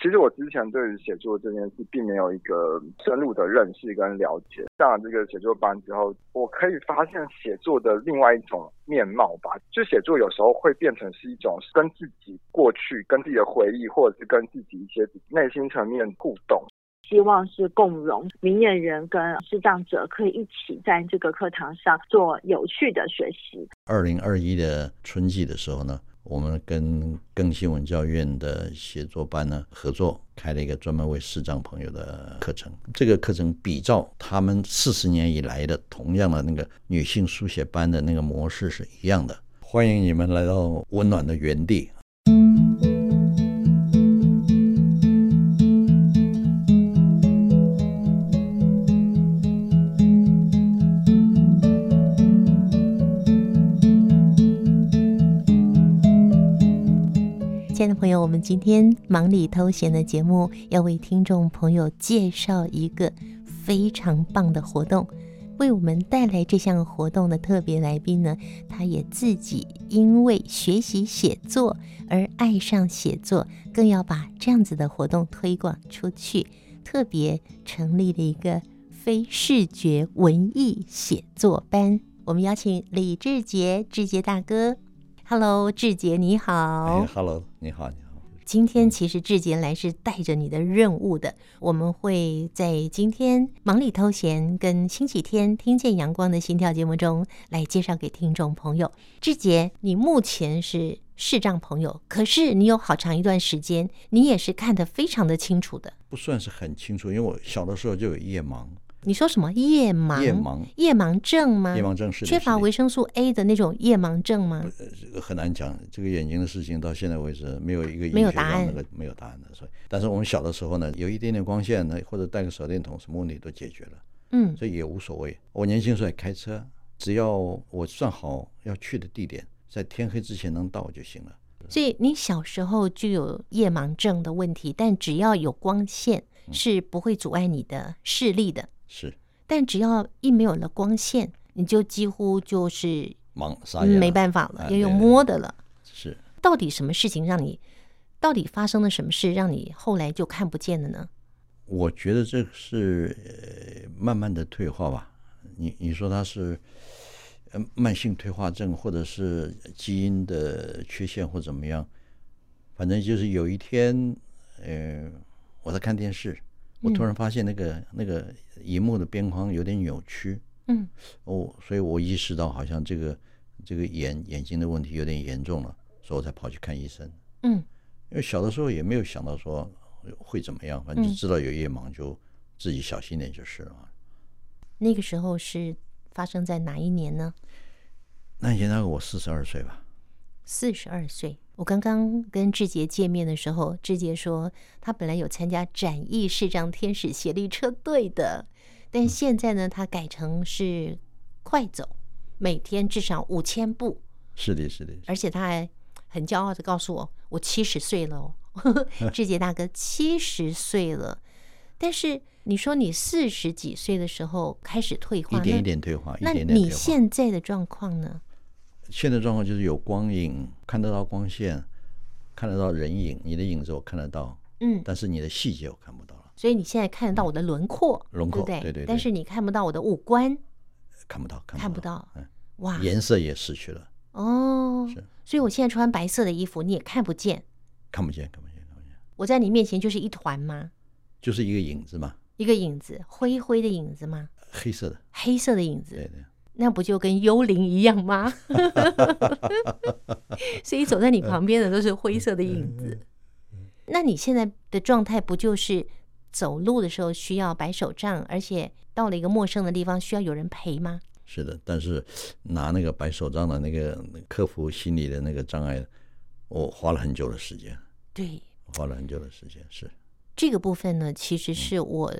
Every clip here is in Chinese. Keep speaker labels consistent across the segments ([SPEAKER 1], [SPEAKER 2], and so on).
[SPEAKER 1] 其实我之前对于写作这件事并没有一个深入的认识跟了解。上了这个写作班之后，我可以发现写作的另外一种面貌吧。就写作有时候会变成是一种跟自己过去、跟自己的回忆，或者是跟自己一些内心层面互动。
[SPEAKER 2] 希望是共融，明眼人跟视障者可以一起在这个课堂上做有趣的学习。
[SPEAKER 3] 二零二一的春季的时候呢，我们跟更新文教院的写作班呢合作，开了一个专门为视障朋友的课程。这个课程比照他们四十年以来的同样的那个女性书写班的那个模式是一样的。欢迎你们来到温暖的园地。
[SPEAKER 4] 亲爱的朋友，我们今天忙里偷闲的节目要为听众朋友介绍一个非常棒的活动。为我们带来这项活动的特别来宾呢，他也自己因为学习写作而爱上写作，更要把这样子的活动推广出去，特别成立了一个非视觉文艺写作班。我们邀请李志杰，志杰大哥。Hello，志杰你好。
[SPEAKER 3] 哎，Hello，你好，你好。
[SPEAKER 4] 今天其实志杰来是带着你的任务的，我们会在今天忙里偷闲跟星期天听见阳光的心跳节目中来介绍给听众朋友。志杰，你目前是视障朋友，可是你有好长一段时间，你也是看得非常的清楚的。
[SPEAKER 3] 不算是很清楚，因为我小的时候就有夜盲。
[SPEAKER 4] 你说什么夜盲？
[SPEAKER 3] 夜盲？
[SPEAKER 4] 夜盲症吗？
[SPEAKER 3] 夜盲症是
[SPEAKER 4] 缺乏维生素 A 的那种夜盲症吗？
[SPEAKER 3] 呃很难讲，这个眼睛的事情到现在为止没有一个
[SPEAKER 4] 没有答案，
[SPEAKER 3] 没有答案的。所以，但是我们小的时候呢，有一点点光线呢，或者带个手电筒，什么问题都解决了。
[SPEAKER 4] 嗯，
[SPEAKER 3] 所以也无所谓。我年轻时候也开车，只要我算好要去的地点，在天黑之前能到就行了。
[SPEAKER 4] 所以你小时候就有夜盲症的问题，但只要有光线
[SPEAKER 3] 嗯
[SPEAKER 4] 是不会阻碍你的视力的。
[SPEAKER 3] 是，
[SPEAKER 4] 但只要一没有了光线，你就几乎就是
[SPEAKER 3] 忙，傻眼了
[SPEAKER 4] 没办法了，
[SPEAKER 3] 哎
[SPEAKER 4] 要用
[SPEAKER 3] 对
[SPEAKER 4] 摸的了。
[SPEAKER 3] 是
[SPEAKER 4] 到底什么事情让你，到底发生了什么事让你后来就看不见了呢？
[SPEAKER 3] 我觉得这是呃慢慢的退化吧。你你说它是呃慢性退化症，或者是基因的缺陷或怎么样，反正就是有一天，呃，我在看电视，我突然发现那个、那个荧幕的边框有点扭曲，
[SPEAKER 4] 嗯，
[SPEAKER 3] 哦，所以我意识到好像这个这个眼眼睛的问题有点严重了，所以我才跑去看医生。
[SPEAKER 4] 嗯，
[SPEAKER 3] 因为小的时候也没有想到说会怎么样，反正
[SPEAKER 4] 嗯
[SPEAKER 3] 就知道有夜盲，就自己小心点就是了嘛。
[SPEAKER 4] 那个时候是发生在哪一年呢？
[SPEAKER 3] 那以前大概我四十二岁吧，
[SPEAKER 4] 四十二岁。我刚刚跟志杰见面的时候，志杰说他本来有参加展翼视障天使协力车队的，但
[SPEAKER 3] 嗯
[SPEAKER 4] 现在呢，他改成是快走，每天至少五千步。
[SPEAKER 3] 是的，是的，
[SPEAKER 4] 而且他还很骄傲的告诉我，我七十岁了 哦，志杰大哥七十岁了。但是你说你四十几岁的时候开始退化，
[SPEAKER 3] 一点
[SPEAKER 4] 那
[SPEAKER 3] 一点退化，一
[SPEAKER 4] 那
[SPEAKER 3] 点点
[SPEAKER 4] 你
[SPEAKER 3] 退化。
[SPEAKER 4] 现在的状况呢？
[SPEAKER 3] 现在状况就是有光影，看得到光线，看得到人影，你的影子我看得到，
[SPEAKER 4] 嗯，
[SPEAKER 3] 但是你的细节我看不到了，
[SPEAKER 4] 所以你现在看得到我的轮廓，
[SPEAKER 3] 轮廓
[SPEAKER 4] 对不
[SPEAKER 3] 对对对
[SPEAKER 4] 但是你看不到我的五官，
[SPEAKER 3] 看不到，
[SPEAKER 4] 看
[SPEAKER 3] 看
[SPEAKER 4] 不
[SPEAKER 3] 不到，
[SPEAKER 4] 到。
[SPEAKER 3] 嗯
[SPEAKER 4] 哇，
[SPEAKER 3] 颜色也失去了，
[SPEAKER 4] 哦
[SPEAKER 3] 是，
[SPEAKER 4] 所以我现在穿白色的衣服，你也看不见。
[SPEAKER 3] 看不见，看不见，看不见，
[SPEAKER 4] 我在你面前就是一团吗？
[SPEAKER 3] 就是一个影子嘛，
[SPEAKER 4] 一个影子，灰灰的影子吗？
[SPEAKER 3] 黑色的，
[SPEAKER 4] 黑色的影子。
[SPEAKER 3] 对 对，
[SPEAKER 4] 那不就跟幽灵一样 吗？所以走在你旁边的都是灰色的影
[SPEAKER 3] 嗯
[SPEAKER 4] 子。那你现在的状态不就是走路的时候需要摆手杖，而且到了一个陌生的地方需要有人陪吗？
[SPEAKER 3] 是的。但是拿那个白手杖的那个克服心理的那个障碍，我花了很久的时间，
[SPEAKER 4] 对，
[SPEAKER 3] 花了很久的时间，是
[SPEAKER 4] 这个部分呢，其实是我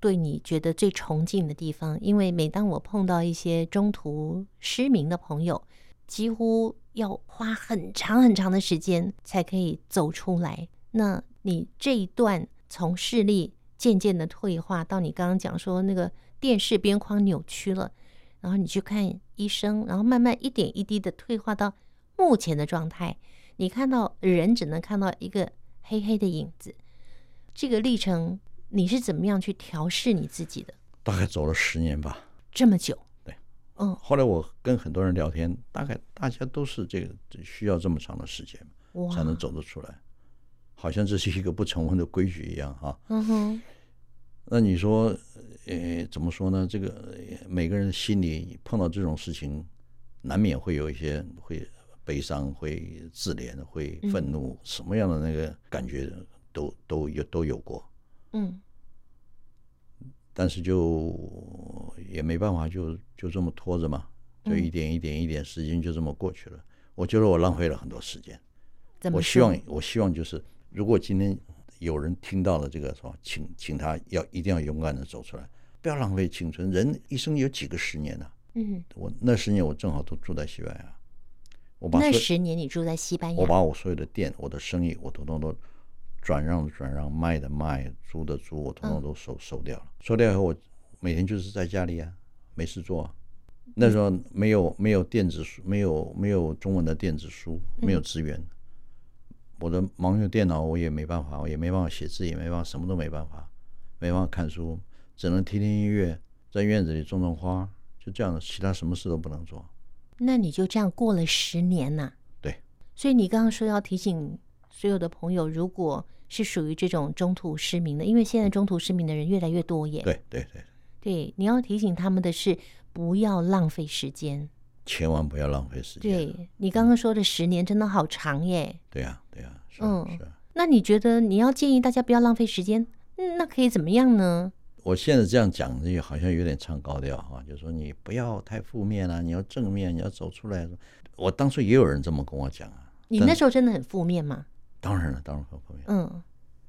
[SPEAKER 4] 对你觉得最崇敬的地方，因为每当我碰到一些中途失明的朋友，几乎要花很长很长的时间才可以走出来。那你这一段从视力渐渐的退化，到你刚刚讲说那个电视边框扭曲了，然后你去看医生，然后慢慢一点一滴的退化到目前的状态。你看到人只能看到一个黑黑的影子，这个历程你是怎么样去调试你自己的？
[SPEAKER 3] 大概走了十年吧。
[SPEAKER 4] 这么久，
[SPEAKER 3] 对，
[SPEAKER 4] 嗯，
[SPEAKER 3] 后来我跟很多人聊天，大概大家都是这个需要这么长的时间
[SPEAKER 4] 哇，
[SPEAKER 3] 才能，走得出来，好像这是一个不成文的规矩一样哈、
[SPEAKER 4] 嗯哼，
[SPEAKER 3] 那你说，呃，怎么说呢？这个呃每个人心里碰到这种事情，难免会有一些会悲伤、会自怜、会愤怒，什么样的那个感觉都都有都有过。
[SPEAKER 4] 嗯
[SPEAKER 3] 但是就也没办法就，就这么拖着嘛，就
[SPEAKER 4] 嗯
[SPEAKER 3] 一点一点一点，时间就这么过去了。我觉得我浪费了很多时间。
[SPEAKER 4] 怎么
[SPEAKER 3] 我
[SPEAKER 4] 说？
[SPEAKER 3] 希望，我希望就是，如果今天有人听到了这个，是吧？请请他要一定要勇敢的走出来，不要浪费青春。人一生有几个十年呢、
[SPEAKER 4] 嗯，
[SPEAKER 3] 我那十年我正好都住在西班牙，我把
[SPEAKER 4] 那
[SPEAKER 3] 所
[SPEAKER 4] 十年你住在西班牙，
[SPEAKER 3] 我把我所有的店、我的生意，我统统都转让的转让，卖的卖，租的租，我统统都收、收掉了。收掉以后，我每天就是在家里啊，没事做、啊。那时候没有没有电子书，没有没有中文的电子书，没有资源。我的盲用电脑我也没办法，我也没办法写字，也没办法，什么都没办法，没办法看书，只能听听音乐，在院子里种种花，就这样的，其他什么事都不能做。
[SPEAKER 4] 那你就这样过了十年呐、
[SPEAKER 3] 对。
[SPEAKER 4] 所以你刚刚说要提醒所有的朋友，如果是属于这种中途失明的，因为现在中途失明的人越来越多耶。
[SPEAKER 3] 对对对，
[SPEAKER 4] 对，你要提醒他们的是不要浪费时间。
[SPEAKER 3] 千万不要浪费时间。啊
[SPEAKER 4] 对你刚刚说的十年真的好长耶。
[SPEAKER 3] 对呀、对呀、是、啊
[SPEAKER 4] 嗯
[SPEAKER 3] 是、啊。
[SPEAKER 4] 那你觉得你要建议大家不要浪费时间，嗯那可以怎么样呢？
[SPEAKER 3] 我现在这样讲，这好像有点唱高调哈、就说你不要太负面啊了、你要正面，你要走出来。我当初也有人这么跟我讲啊。
[SPEAKER 4] 你
[SPEAKER 3] 但
[SPEAKER 4] 那时候真的很负面吗？
[SPEAKER 3] 当然了，当然很负面。
[SPEAKER 4] 嗯，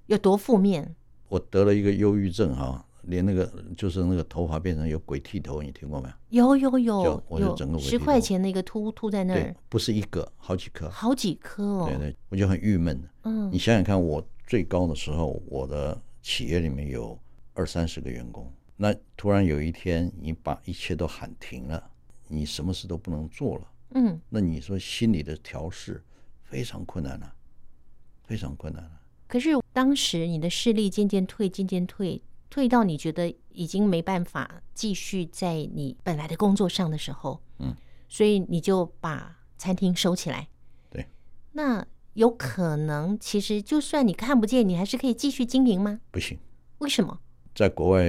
[SPEAKER 4] 有多负面？
[SPEAKER 3] 我得了一个忧郁症哈、连那个就是那个头发变成有鬼剃头，你听过没有？
[SPEAKER 4] 有有
[SPEAKER 3] 就
[SPEAKER 4] 有
[SPEAKER 3] 我就整个
[SPEAKER 4] 有，
[SPEAKER 3] 尾
[SPEAKER 4] 十
[SPEAKER 3] 巴
[SPEAKER 4] 块
[SPEAKER 3] 都
[SPEAKER 4] 钱的一个秃秃在那
[SPEAKER 3] 对
[SPEAKER 4] 儿，，
[SPEAKER 3] 不是一个，好几颗。
[SPEAKER 4] 好几颗哦。
[SPEAKER 3] 对对，我就很郁闷。
[SPEAKER 4] 嗯，
[SPEAKER 3] 你想想看，我最高的时候，我的企业里面有二三十个员工，那突然有一天你把一切都喊停了，你什么事都不能做了，
[SPEAKER 4] 嗯
[SPEAKER 3] 那你说心理的调试非常困难了、非常困难了、，
[SPEAKER 4] 可是当时你的视力渐渐退，渐渐退，退到你觉得已经没办法继续在你本来的工作上的时候，
[SPEAKER 3] 嗯，
[SPEAKER 4] 所以你就把餐厅收起来。
[SPEAKER 3] 对，
[SPEAKER 4] 那有可能，其实就算你看不见，你还是可以继续经营吗？
[SPEAKER 3] 不行。
[SPEAKER 4] 为什么？
[SPEAKER 3] 在国外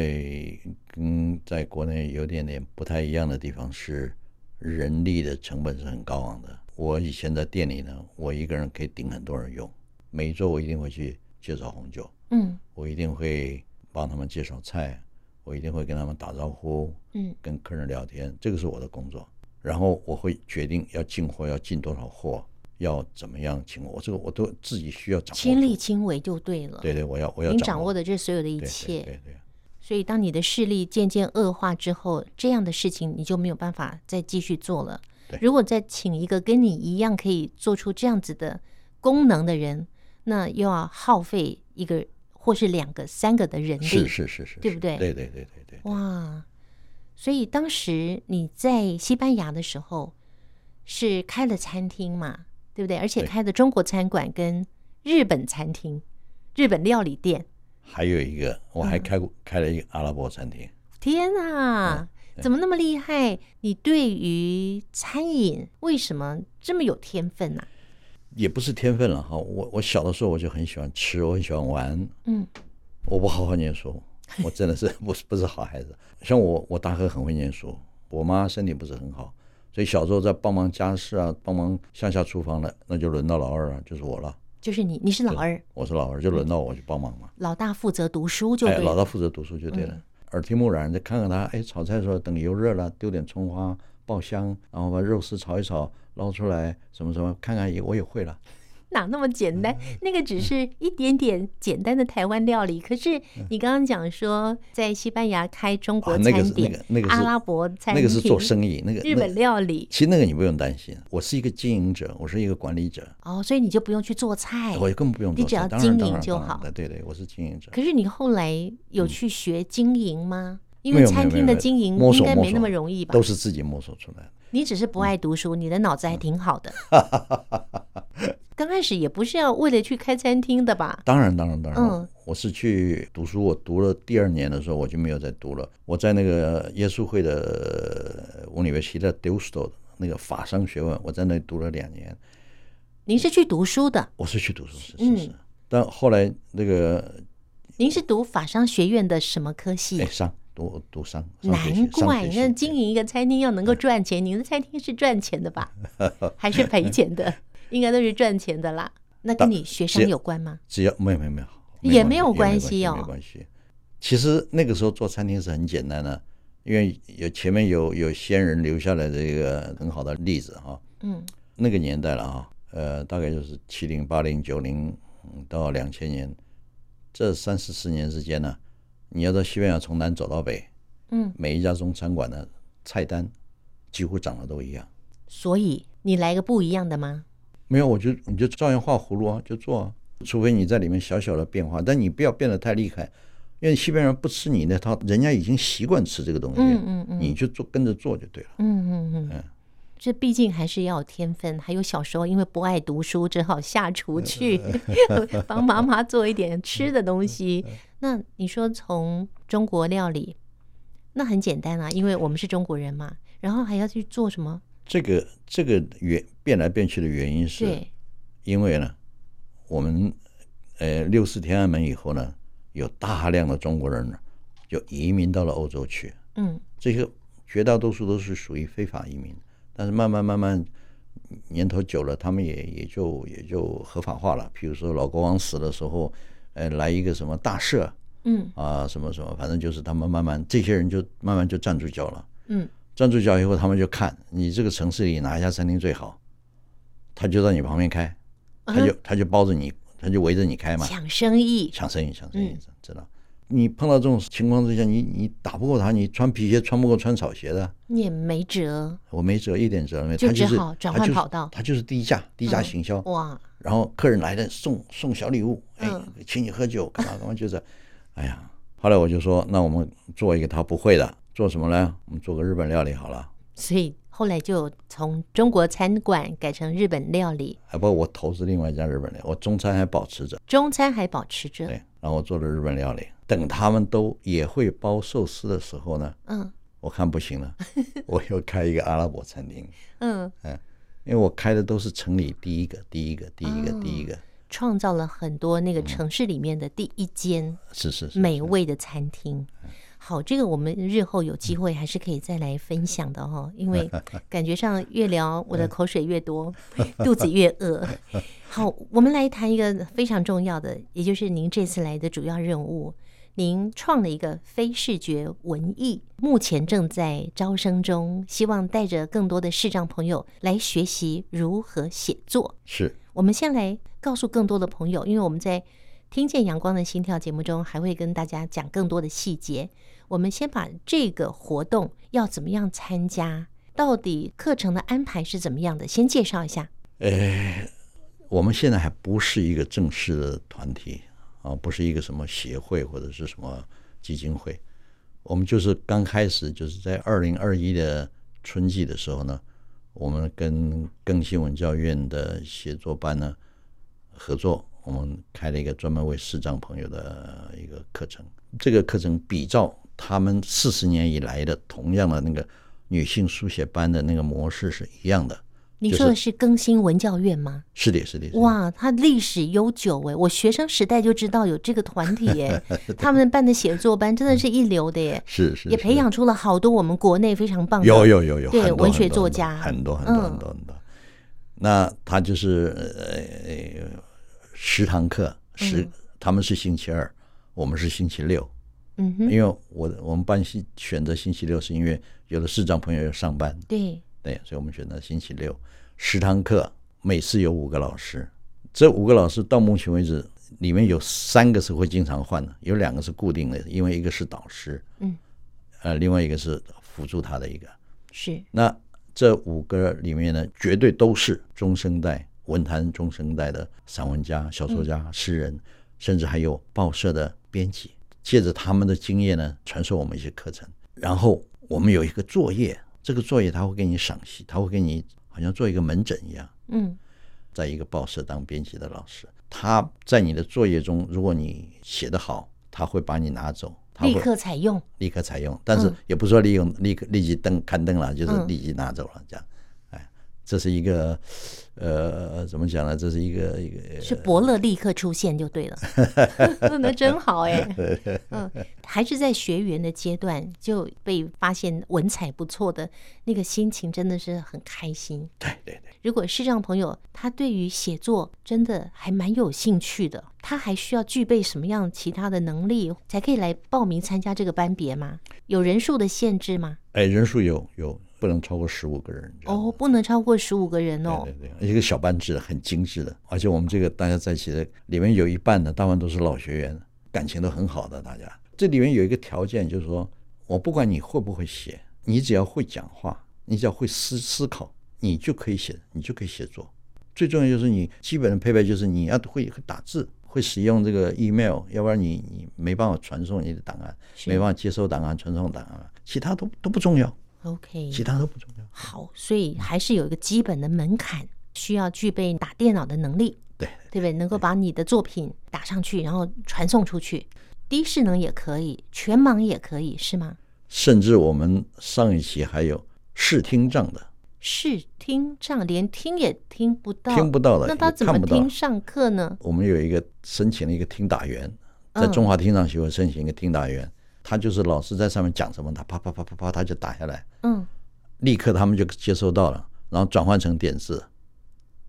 [SPEAKER 3] 跟在国内有点点不太一样的地方是，人力的成本是很高昂的。我以前在店里呢，我一个人可以顶很多人用，每一周我一定会去介绍红酒，
[SPEAKER 4] 嗯
[SPEAKER 3] 我一定会帮他们介绍菜，我一定会跟他们打招呼，
[SPEAKER 4] 嗯
[SPEAKER 3] 跟客人聊天，这个是我的工作。然后我会决定要进货，要进多少货，要怎么样请我，这个我都自己需要掌握住。
[SPEAKER 4] 亲力亲为就对了。
[SPEAKER 3] 对对，我要我要
[SPEAKER 4] 您掌握
[SPEAKER 3] 的
[SPEAKER 4] 的这所有的一
[SPEAKER 3] 一
[SPEAKER 4] 切。
[SPEAKER 3] 对对对。
[SPEAKER 4] 所以，当你的视力渐渐恶化之后，这样的事情你就没有办法再继续做了
[SPEAKER 3] 对。
[SPEAKER 4] 如果再请一个跟你一样可以做出这样子的功能的人，那又要耗费一个或是两个、三个的人力。
[SPEAKER 3] 是是是是，
[SPEAKER 4] 对不
[SPEAKER 3] 是
[SPEAKER 4] 对
[SPEAKER 3] 对对对对对。
[SPEAKER 4] 哇！所以当时你在西班牙的时候是开了餐厅嘛，对不对？而且
[SPEAKER 3] 对
[SPEAKER 4] 开的中国餐馆跟日本餐厅、日本料理店。
[SPEAKER 3] 还有一个，我
[SPEAKER 4] 嗯
[SPEAKER 3] 还开过、开了一个阿拉伯餐厅，
[SPEAKER 4] 天啊，
[SPEAKER 3] 对
[SPEAKER 4] 怎么那么厉害？你对于餐饮为什么这么有天分呢、啊
[SPEAKER 3] 也不是天分了哈。我我小的时候我就很喜欢吃，我很喜欢玩，
[SPEAKER 4] 嗯
[SPEAKER 3] 我不好好念 书，我真的是 不是不是好孩子。像我我大哥很会念书，我妈身体不是很好，所以小时候在帮忙家事啊，帮忙乡下厨房的，那就轮到老二了，就是我了。
[SPEAKER 4] 就是你，你是老二，
[SPEAKER 3] 我是老二，就轮到我去帮忙嘛。
[SPEAKER 4] 老大负责读书就
[SPEAKER 3] 哎，
[SPEAKER 4] 对
[SPEAKER 3] 老大
[SPEAKER 4] 了。
[SPEAKER 3] 负责读书就对了，
[SPEAKER 4] 嗯
[SPEAKER 3] 耳提目染，再看看他，哎，炒菜的时候等油热了，丢点葱花爆香，然后把肉丝炒一炒，捞出来什么什么，看看也我也会了。
[SPEAKER 4] 哪那么简单？
[SPEAKER 3] 嗯
[SPEAKER 4] 那个只是一点点简单的台湾料理。可是你刚刚讲说在西班牙开中国
[SPEAKER 3] 嗯啊，
[SPEAKER 4] 餐
[SPEAKER 3] 那个是那
[SPEAKER 4] 点、
[SPEAKER 3] 个那个是
[SPEAKER 4] 阿拉伯餐
[SPEAKER 3] 那
[SPEAKER 4] 厅、
[SPEAKER 3] 个是做生意，那个
[SPEAKER 4] 日本
[SPEAKER 3] 那个
[SPEAKER 4] 料理
[SPEAKER 3] 其实那个你不用担心，我是一个经营者，我是一个管理者，
[SPEAKER 4] 哦，所以你就不用去做菜。
[SPEAKER 3] 我根本不用
[SPEAKER 4] 哎你
[SPEAKER 3] 做
[SPEAKER 4] 只
[SPEAKER 3] 菜
[SPEAKER 4] 要
[SPEAKER 3] 当然
[SPEAKER 4] 经
[SPEAKER 3] 当
[SPEAKER 4] 营
[SPEAKER 3] 然
[SPEAKER 4] 就
[SPEAKER 3] 当然
[SPEAKER 4] 好
[SPEAKER 3] 的对对，我是经营者。
[SPEAKER 4] 可是你后来有去学经营吗？因
[SPEAKER 3] 嗯没
[SPEAKER 4] 为
[SPEAKER 3] 有没有没
[SPEAKER 4] 餐
[SPEAKER 3] 有
[SPEAKER 4] 厅
[SPEAKER 3] 没
[SPEAKER 4] 的
[SPEAKER 3] 有
[SPEAKER 4] 经营
[SPEAKER 3] 摸
[SPEAKER 4] 应
[SPEAKER 3] 索
[SPEAKER 4] 该
[SPEAKER 3] 摸
[SPEAKER 4] 没那
[SPEAKER 3] 索
[SPEAKER 4] 么容易吧？
[SPEAKER 3] 都是自己摸索出来的。嗯
[SPEAKER 4] 你只是不爱读书，你的脑子还挺好的。 刚开始也不是要为了去开餐厅的吧？
[SPEAKER 3] 当然，当然，当然，
[SPEAKER 4] 嗯
[SPEAKER 3] 我是去读书，我读了第二年的时候，我就没有再读了。我在那个耶稣会的我里维西的 d u s t o 那个法商学院，我在那里读了两年。
[SPEAKER 4] 您是去读书的，
[SPEAKER 3] 我是去读书，是是是。
[SPEAKER 4] 嗯
[SPEAKER 3] 但后来那个
[SPEAKER 4] 您是读法商学院的什么科
[SPEAKER 3] 哎
[SPEAKER 4] 系？
[SPEAKER 3] 商读读商，商学系
[SPEAKER 4] 难怪，
[SPEAKER 3] 商学系
[SPEAKER 4] 那经营一个餐厅要能够赚钱，您的餐厅是赚钱 的吧？还是赔钱的？应该都是赚钱的啦。那跟你学商有关吗？
[SPEAKER 3] 只要没有没有没有，
[SPEAKER 4] 也没有
[SPEAKER 3] 有
[SPEAKER 4] 关系
[SPEAKER 3] 系
[SPEAKER 4] 哦
[SPEAKER 3] 没有关系。其实那个时候做餐厅是很简单的，因为有前面有有先人留下来的一个很好的例子哈。
[SPEAKER 4] 嗯，
[SPEAKER 3] 那个年代了啊，呃，大概就是七零、八零、九零到两千年，这三四十年之间呢，你要到西班牙从南走到北，
[SPEAKER 4] 嗯，
[SPEAKER 3] 每一家中餐馆的菜单几乎长得都一样。
[SPEAKER 4] 所以你来个不一样的吗？
[SPEAKER 3] 没有，我就你就照样画葫芦啊，就做啊，除非你在里面小小的变化，但你不要变得太厉害，因为西边人不吃你那套，人家已经习惯吃这个东西，
[SPEAKER 4] 嗯嗯嗯
[SPEAKER 3] 你就做跟着做就对了。
[SPEAKER 4] 嗯嗯嗯
[SPEAKER 3] 嗯，
[SPEAKER 4] 这毕竟还是要有天分，还有小时候因为不爱读书，只好下厨去
[SPEAKER 3] 嗯
[SPEAKER 4] 帮妈妈做一点吃的东西。那你说从中国料理，那很简单啊，因为我们是中国人嘛，然后还要去做什么？
[SPEAKER 3] 这个这个原变来变去的原因是
[SPEAKER 4] 对，
[SPEAKER 3] 因为呢，我们呃六四天安门以后呢，有大量的中国人呢就移民到了欧洲去，
[SPEAKER 4] 嗯
[SPEAKER 3] 这些绝大多数都是属于非法移民，但是慢慢慢慢年头久了，他们也也就也就合法化了。比如说老国王死的时候，呃，来一个什么大赦
[SPEAKER 4] 嗯
[SPEAKER 3] 啊，什么什么，反正就是他们慢慢这些人就慢慢就站住脚了。
[SPEAKER 4] 嗯，
[SPEAKER 3] 站住脚以后，他们就看你这个城市里哪一家餐厅最好，他就在你旁边开，他就他就包着你，他就围着你开嘛。
[SPEAKER 4] 抢生意，
[SPEAKER 3] 抢生意，抢生意
[SPEAKER 4] 嗯，
[SPEAKER 3] 知道？你碰到这种情况之下，你你打不过他，你穿皮鞋穿不过穿草鞋的，
[SPEAKER 4] 你也没辙。
[SPEAKER 3] 我没辙，一点辙都没有。
[SPEAKER 4] 就
[SPEAKER 3] 他就是
[SPEAKER 4] 只好转换
[SPEAKER 3] 他就是
[SPEAKER 4] 跑道
[SPEAKER 3] 他就是低价，低价
[SPEAKER 4] 嗯
[SPEAKER 3] 行销。
[SPEAKER 4] 哇，
[SPEAKER 3] 然后客人来了送送小礼物，哎
[SPEAKER 4] 嗯，
[SPEAKER 3] 请你喝酒，干嘛干嘛，就是，哎呀。后来我就说，那我们做一个他不会的，做什么呢？我们做个日本料理好了。
[SPEAKER 4] 所以后来就从中国餐馆改成日本料理，
[SPEAKER 3] 哎，不过我投资另外一家日本料理，我中餐还保持着。
[SPEAKER 4] 中餐还保持着。
[SPEAKER 3] 对，然后我做了日本料理。等他们都也会包寿司的时候呢，
[SPEAKER 4] 嗯
[SPEAKER 3] 我看不行了，我又开一个阿拉伯餐厅，
[SPEAKER 4] 嗯，
[SPEAKER 3] 因为我开的都是城里第一个、第一个、第一个、第一个，
[SPEAKER 4] 创造了很多那个城市里面的第一间
[SPEAKER 3] 是是是，
[SPEAKER 4] 美味的餐厅。好，这个我们日后有机会还是可以再来分享的哈、哦，因为感觉上越聊我的口水越多，肚子越饿。好，我们来谈一个非常重要的，也就是您这次来的主要任务。您创了一个非视觉文艺，目前正在招生中，希望带着更多的视障朋友来学习如何写作。
[SPEAKER 3] 是
[SPEAKER 4] 我们先来告诉更多的朋友，因为我们在《听见阳光的心跳》节目中还会跟大家讲更多的细节。我们先把这个活动要怎么样参加，到底课程的安排是怎么样的，先介绍一下。
[SPEAKER 3] 我们现在还不是一个正式的团体啊，不是一个什么协会或者是什么基金会，我们就是刚开始，就是在二零二一的春季的时候呢，我们跟更新文教院的写作班呢合作，我们开了一个专门为视障朋友的一个课程。这个课程比照他们四十年以来的同样的那个女性书写班的那个模式是一样的。
[SPEAKER 4] 你
[SPEAKER 3] 就是
[SPEAKER 4] 说的是更新文教院吗？
[SPEAKER 3] 是的，是的，是的
[SPEAKER 4] 哇，它历史悠久诶，我学生时代就知道有这个团体诶， 他们办的写作班真的是一流的耶，
[SPEAKER 3] 是是
[SPEAKER 4] 也培养出了好多我们国内非常棒的
[SPEAKER 3] 有有有有，
[SPEAKER 4] 对
[SPEAKER 3] 很多
[SPEAKER 4] 文学
[SPEAKER 3] 很多
[SPEAKER 4] 作家
[SPEAKER 3] 很多很多
[SPEAKER 4] 嗯
[SPEAKER 3] 很多很多。那他就是呃呃十堂课，十
[SPEAKER 4] 嗯
[SPEAKER 3] 他们是星期二，我们是星期六，
[SPEAKER 4] 嗯哼，
[SPEAKER 3] 因为我我们班星选择星期六是因为有的市长朋友要上班，
[SPEAKER 4] 对，
[SPEAKER 3] 对，所以我们选择星期六十堂课，每次有五个老师，这五个老师到目前为止，里面有三个是会经常换的，有两个是固定的，因为一个是导师，
[SPEAKER 4] 嗯，
[SPEAKER 3] 呃，另外一个是辅助他的一个。
[SPEAKER 4] 是，
[SPEAKER 3] 那这五个里面呢，绝对都是中生代文坛中生代的散文家、小说家、诗人，甚至还有报社的编辑。借着他们的经验呢，传授我们一些课程。然后我们有一个作业，这个作业他会给你赏析，他会给你好像做一个门诊一样。
[SPEAKER 4] 嗯
[SPEAKER 3] 在一个报社当编辑的老师，他在你的作业中，如果你写得好，他会把你拿走，他
[SPEAKER 4] 立
[SPEAKER 3] 会
[SPEAKER 4] 刻采用。
[SPEAKER 3] 立刻采用，但是
[SPEAKER 4] 嗯
[SPEAKER 3] 也不说利用立刻立即登刊登了，就是
[SPEAKER 4] 嗯
[SPEAKER 3] 立即拿走了这样。哎，这是一个呃怎么讲呢？这是一个呃一个
[SPEAKER 4] 是伯乐立刻出现就对了，那真好哎、嗯，还是在学员的阶段就被发现文采不错的那个心情，真的是很开心。
[SPEAKER 3] 对对对，
[SPEAKER 4] 如果视障朋友他对于写作真的还蛮有兴趣的，他还需要具备什么样其他的能力才可以来报名参加这个班别吗？有人数的限制吗？
[SPEAKER 3] 哎，人数有有不能超过十五个人。你知道吗
[SPEAKER 4] 哦，，不能超过十五个人哦
[SPEAKER 3] 对。对对，一个小班制的，很精致的，而且我们这个大家在一起的，里面有一半呢，大半都是老学员，感情都很好的。大家这里面有一个条件，就是说我不管你会不会写，你只要会讲话，你只要会思思考，你就可以写，你就可以写作。最重要就是你基本的配备就是你要会会打字，会使用这个 email，要不然你你没办法传送你的档案，
[SPEAKER 4] 是
[SPEAKER 3] 没办法接收档案、传送档案，其他都都不重要，
[SPEAKER 4] OK，
[SPEAKER 3] 其他都不重要。
[SPEAKER 4] 好，所以还是有一个基本的门槛，需要具备打电脑的能力，
[SPEAKER 3] 对，
[SPEAKER 4] 对不对？能够把你的作品打上去，然后传送出去。低视能也可以，全盲也可以，是吗？
[SPEAKER 3] 甚至我们上一期还有视听障的，
[SPEAKER 4] 视听障连听也听不到，
[SPEAKER 3] 听不到的，
[SPEAKER 4] 那他
[SPEAKER 3] 也
[SPEAKER 4] 怎么
[SPEAKER 3] 看不到
[SPEAKER 4] 听。上课呢？
[SPEAKER 3] 我们有一个申请了一个听打员，在
[SPEAKER 4] 嗯
[SPEAKER 3] 中华听障协会申请一个听打员，他就是老师在上面讲什么，他啪啪啪啪啪他就打下来，
[SPEAKER 4] 嗯
[SPEAKER 3] 立刻他们就接收到了，然后转换成点字，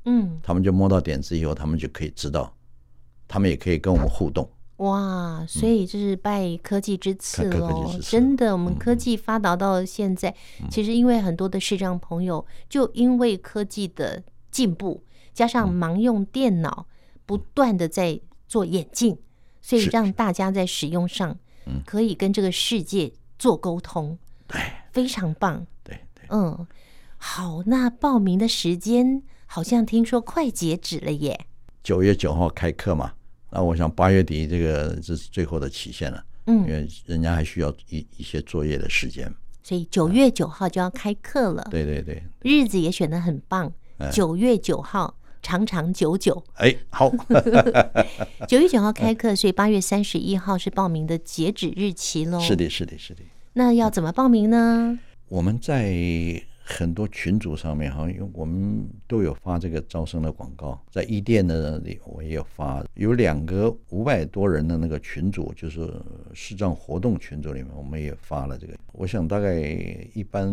[SPEAKER 4] 嗯，
[SPEAKER 3] 他们就摸到点字以后，他们就可以知道，他们也可以跟我们互动。
[SPEAKER 4] 哇，所以这是拜科技之赐
[SPEAKER 3] 嗯科科技
[SPEAKER 4] 喽！
[SPEAKER 3] 之赐
[SPEAKER 4] 真的，我们
[SPEAKER 3] 嗯
[SPEAKER 4] 科技发达到现在，其实因为很多的视障朋友，就因为科技的进步，加上
[SPEAKER 3] 嗯
[SPEAKER 4] 盲用电脑不断的在做演进，所以
[SPEAKER 3] 是
[SPEAKER 4] 让大家在使用上
[SPEAKER 3] 嗯
[SPEAKER 4] 可以跟这个世界做沟通，
[SPEAKER 3] 对
[SPEAKER 4] 非常棒。
[SPEAKER 3] 对对，
[SPEAKER 4] 嗯，好，那报名的时间好像听说快截止了耶。
[SPEAKER 3] 九月九号开课嘛，那我想八月底这个这是最后的期限了，因
[SPEAKER 4] 嗯，
[SPEAKER 3] 为人家还需要一一些作业的时间。
[SPEAKER 4] 所以九月九号就要开课了。
[SPEAKER 3] 对对对，
[SPEAKER 4] 日子也选得很棒
[SPEAKER 3] 哎，
[SPEAKER 4] 九月九号，长长久久。
[SPEAKER 3] 哎， 好，啊
[SPEAKER 4] 九月九号开
[SPEAKER 3] 哎
[SPEAKER 4] 课，所以八月三十一号是报名的截止日期喽。
[SPEAKER 3] 是，的，哎是的，是的。
[SPEAKER 4] 那要怎么报名呢？
[SPEAKER 3] 我们在很多群组上面哈，因为我们都有发这个招生的广告，在一店的里我也有发，有两个五百多人的那个群组，就是视障活动群组里面，我们也发了这个。我想大概一般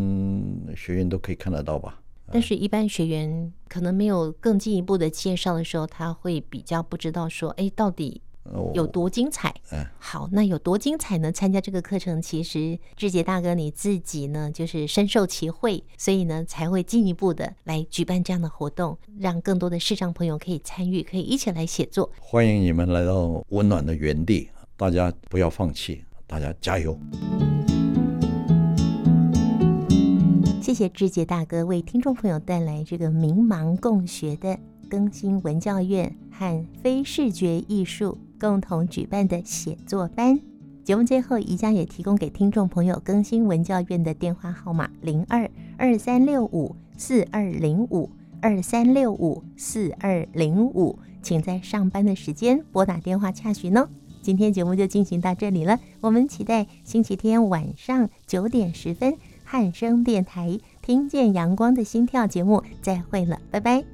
[SPEAKER 3] 学员都可以看得到吧。
[SPEAKER 4] 但是，一般学员可能没有更进一步的介绍的时候，他会比较不知道说，哎，到底
[SPEAKER 3] 呃我
[SPEAKER 4] 有多精彩
[SPEAKER 3] 哎。
[SPEAKER 4] 好，那有多精彩呢？参加这个课程，其实志杰大哥你自己呢，就是深受其惠，所以呢才会进一步的来举办这样的活动，让更多的视障朋友可以参与，可以一起来写作。
[SPEAKER 3] 欢迎你们来到温暖的原地，大家不要放弃，大家加油！
[SPEAKER 4] 谢谢志杰大哥为听众朋友带来这个民盲共学的更新文教院和非视觉艺术共同举办的写作班。节目最后，宜家也提供给听众朋友更新文教院的电话号码零二二三六五四二零五二三六五四二零五，请在上班的时间拨打电话洽询哦。今天节目就进行到这里了，我们期待星期天晚上九点十分汉声电台《听见阳光的心跳》节目再会了，拜拜。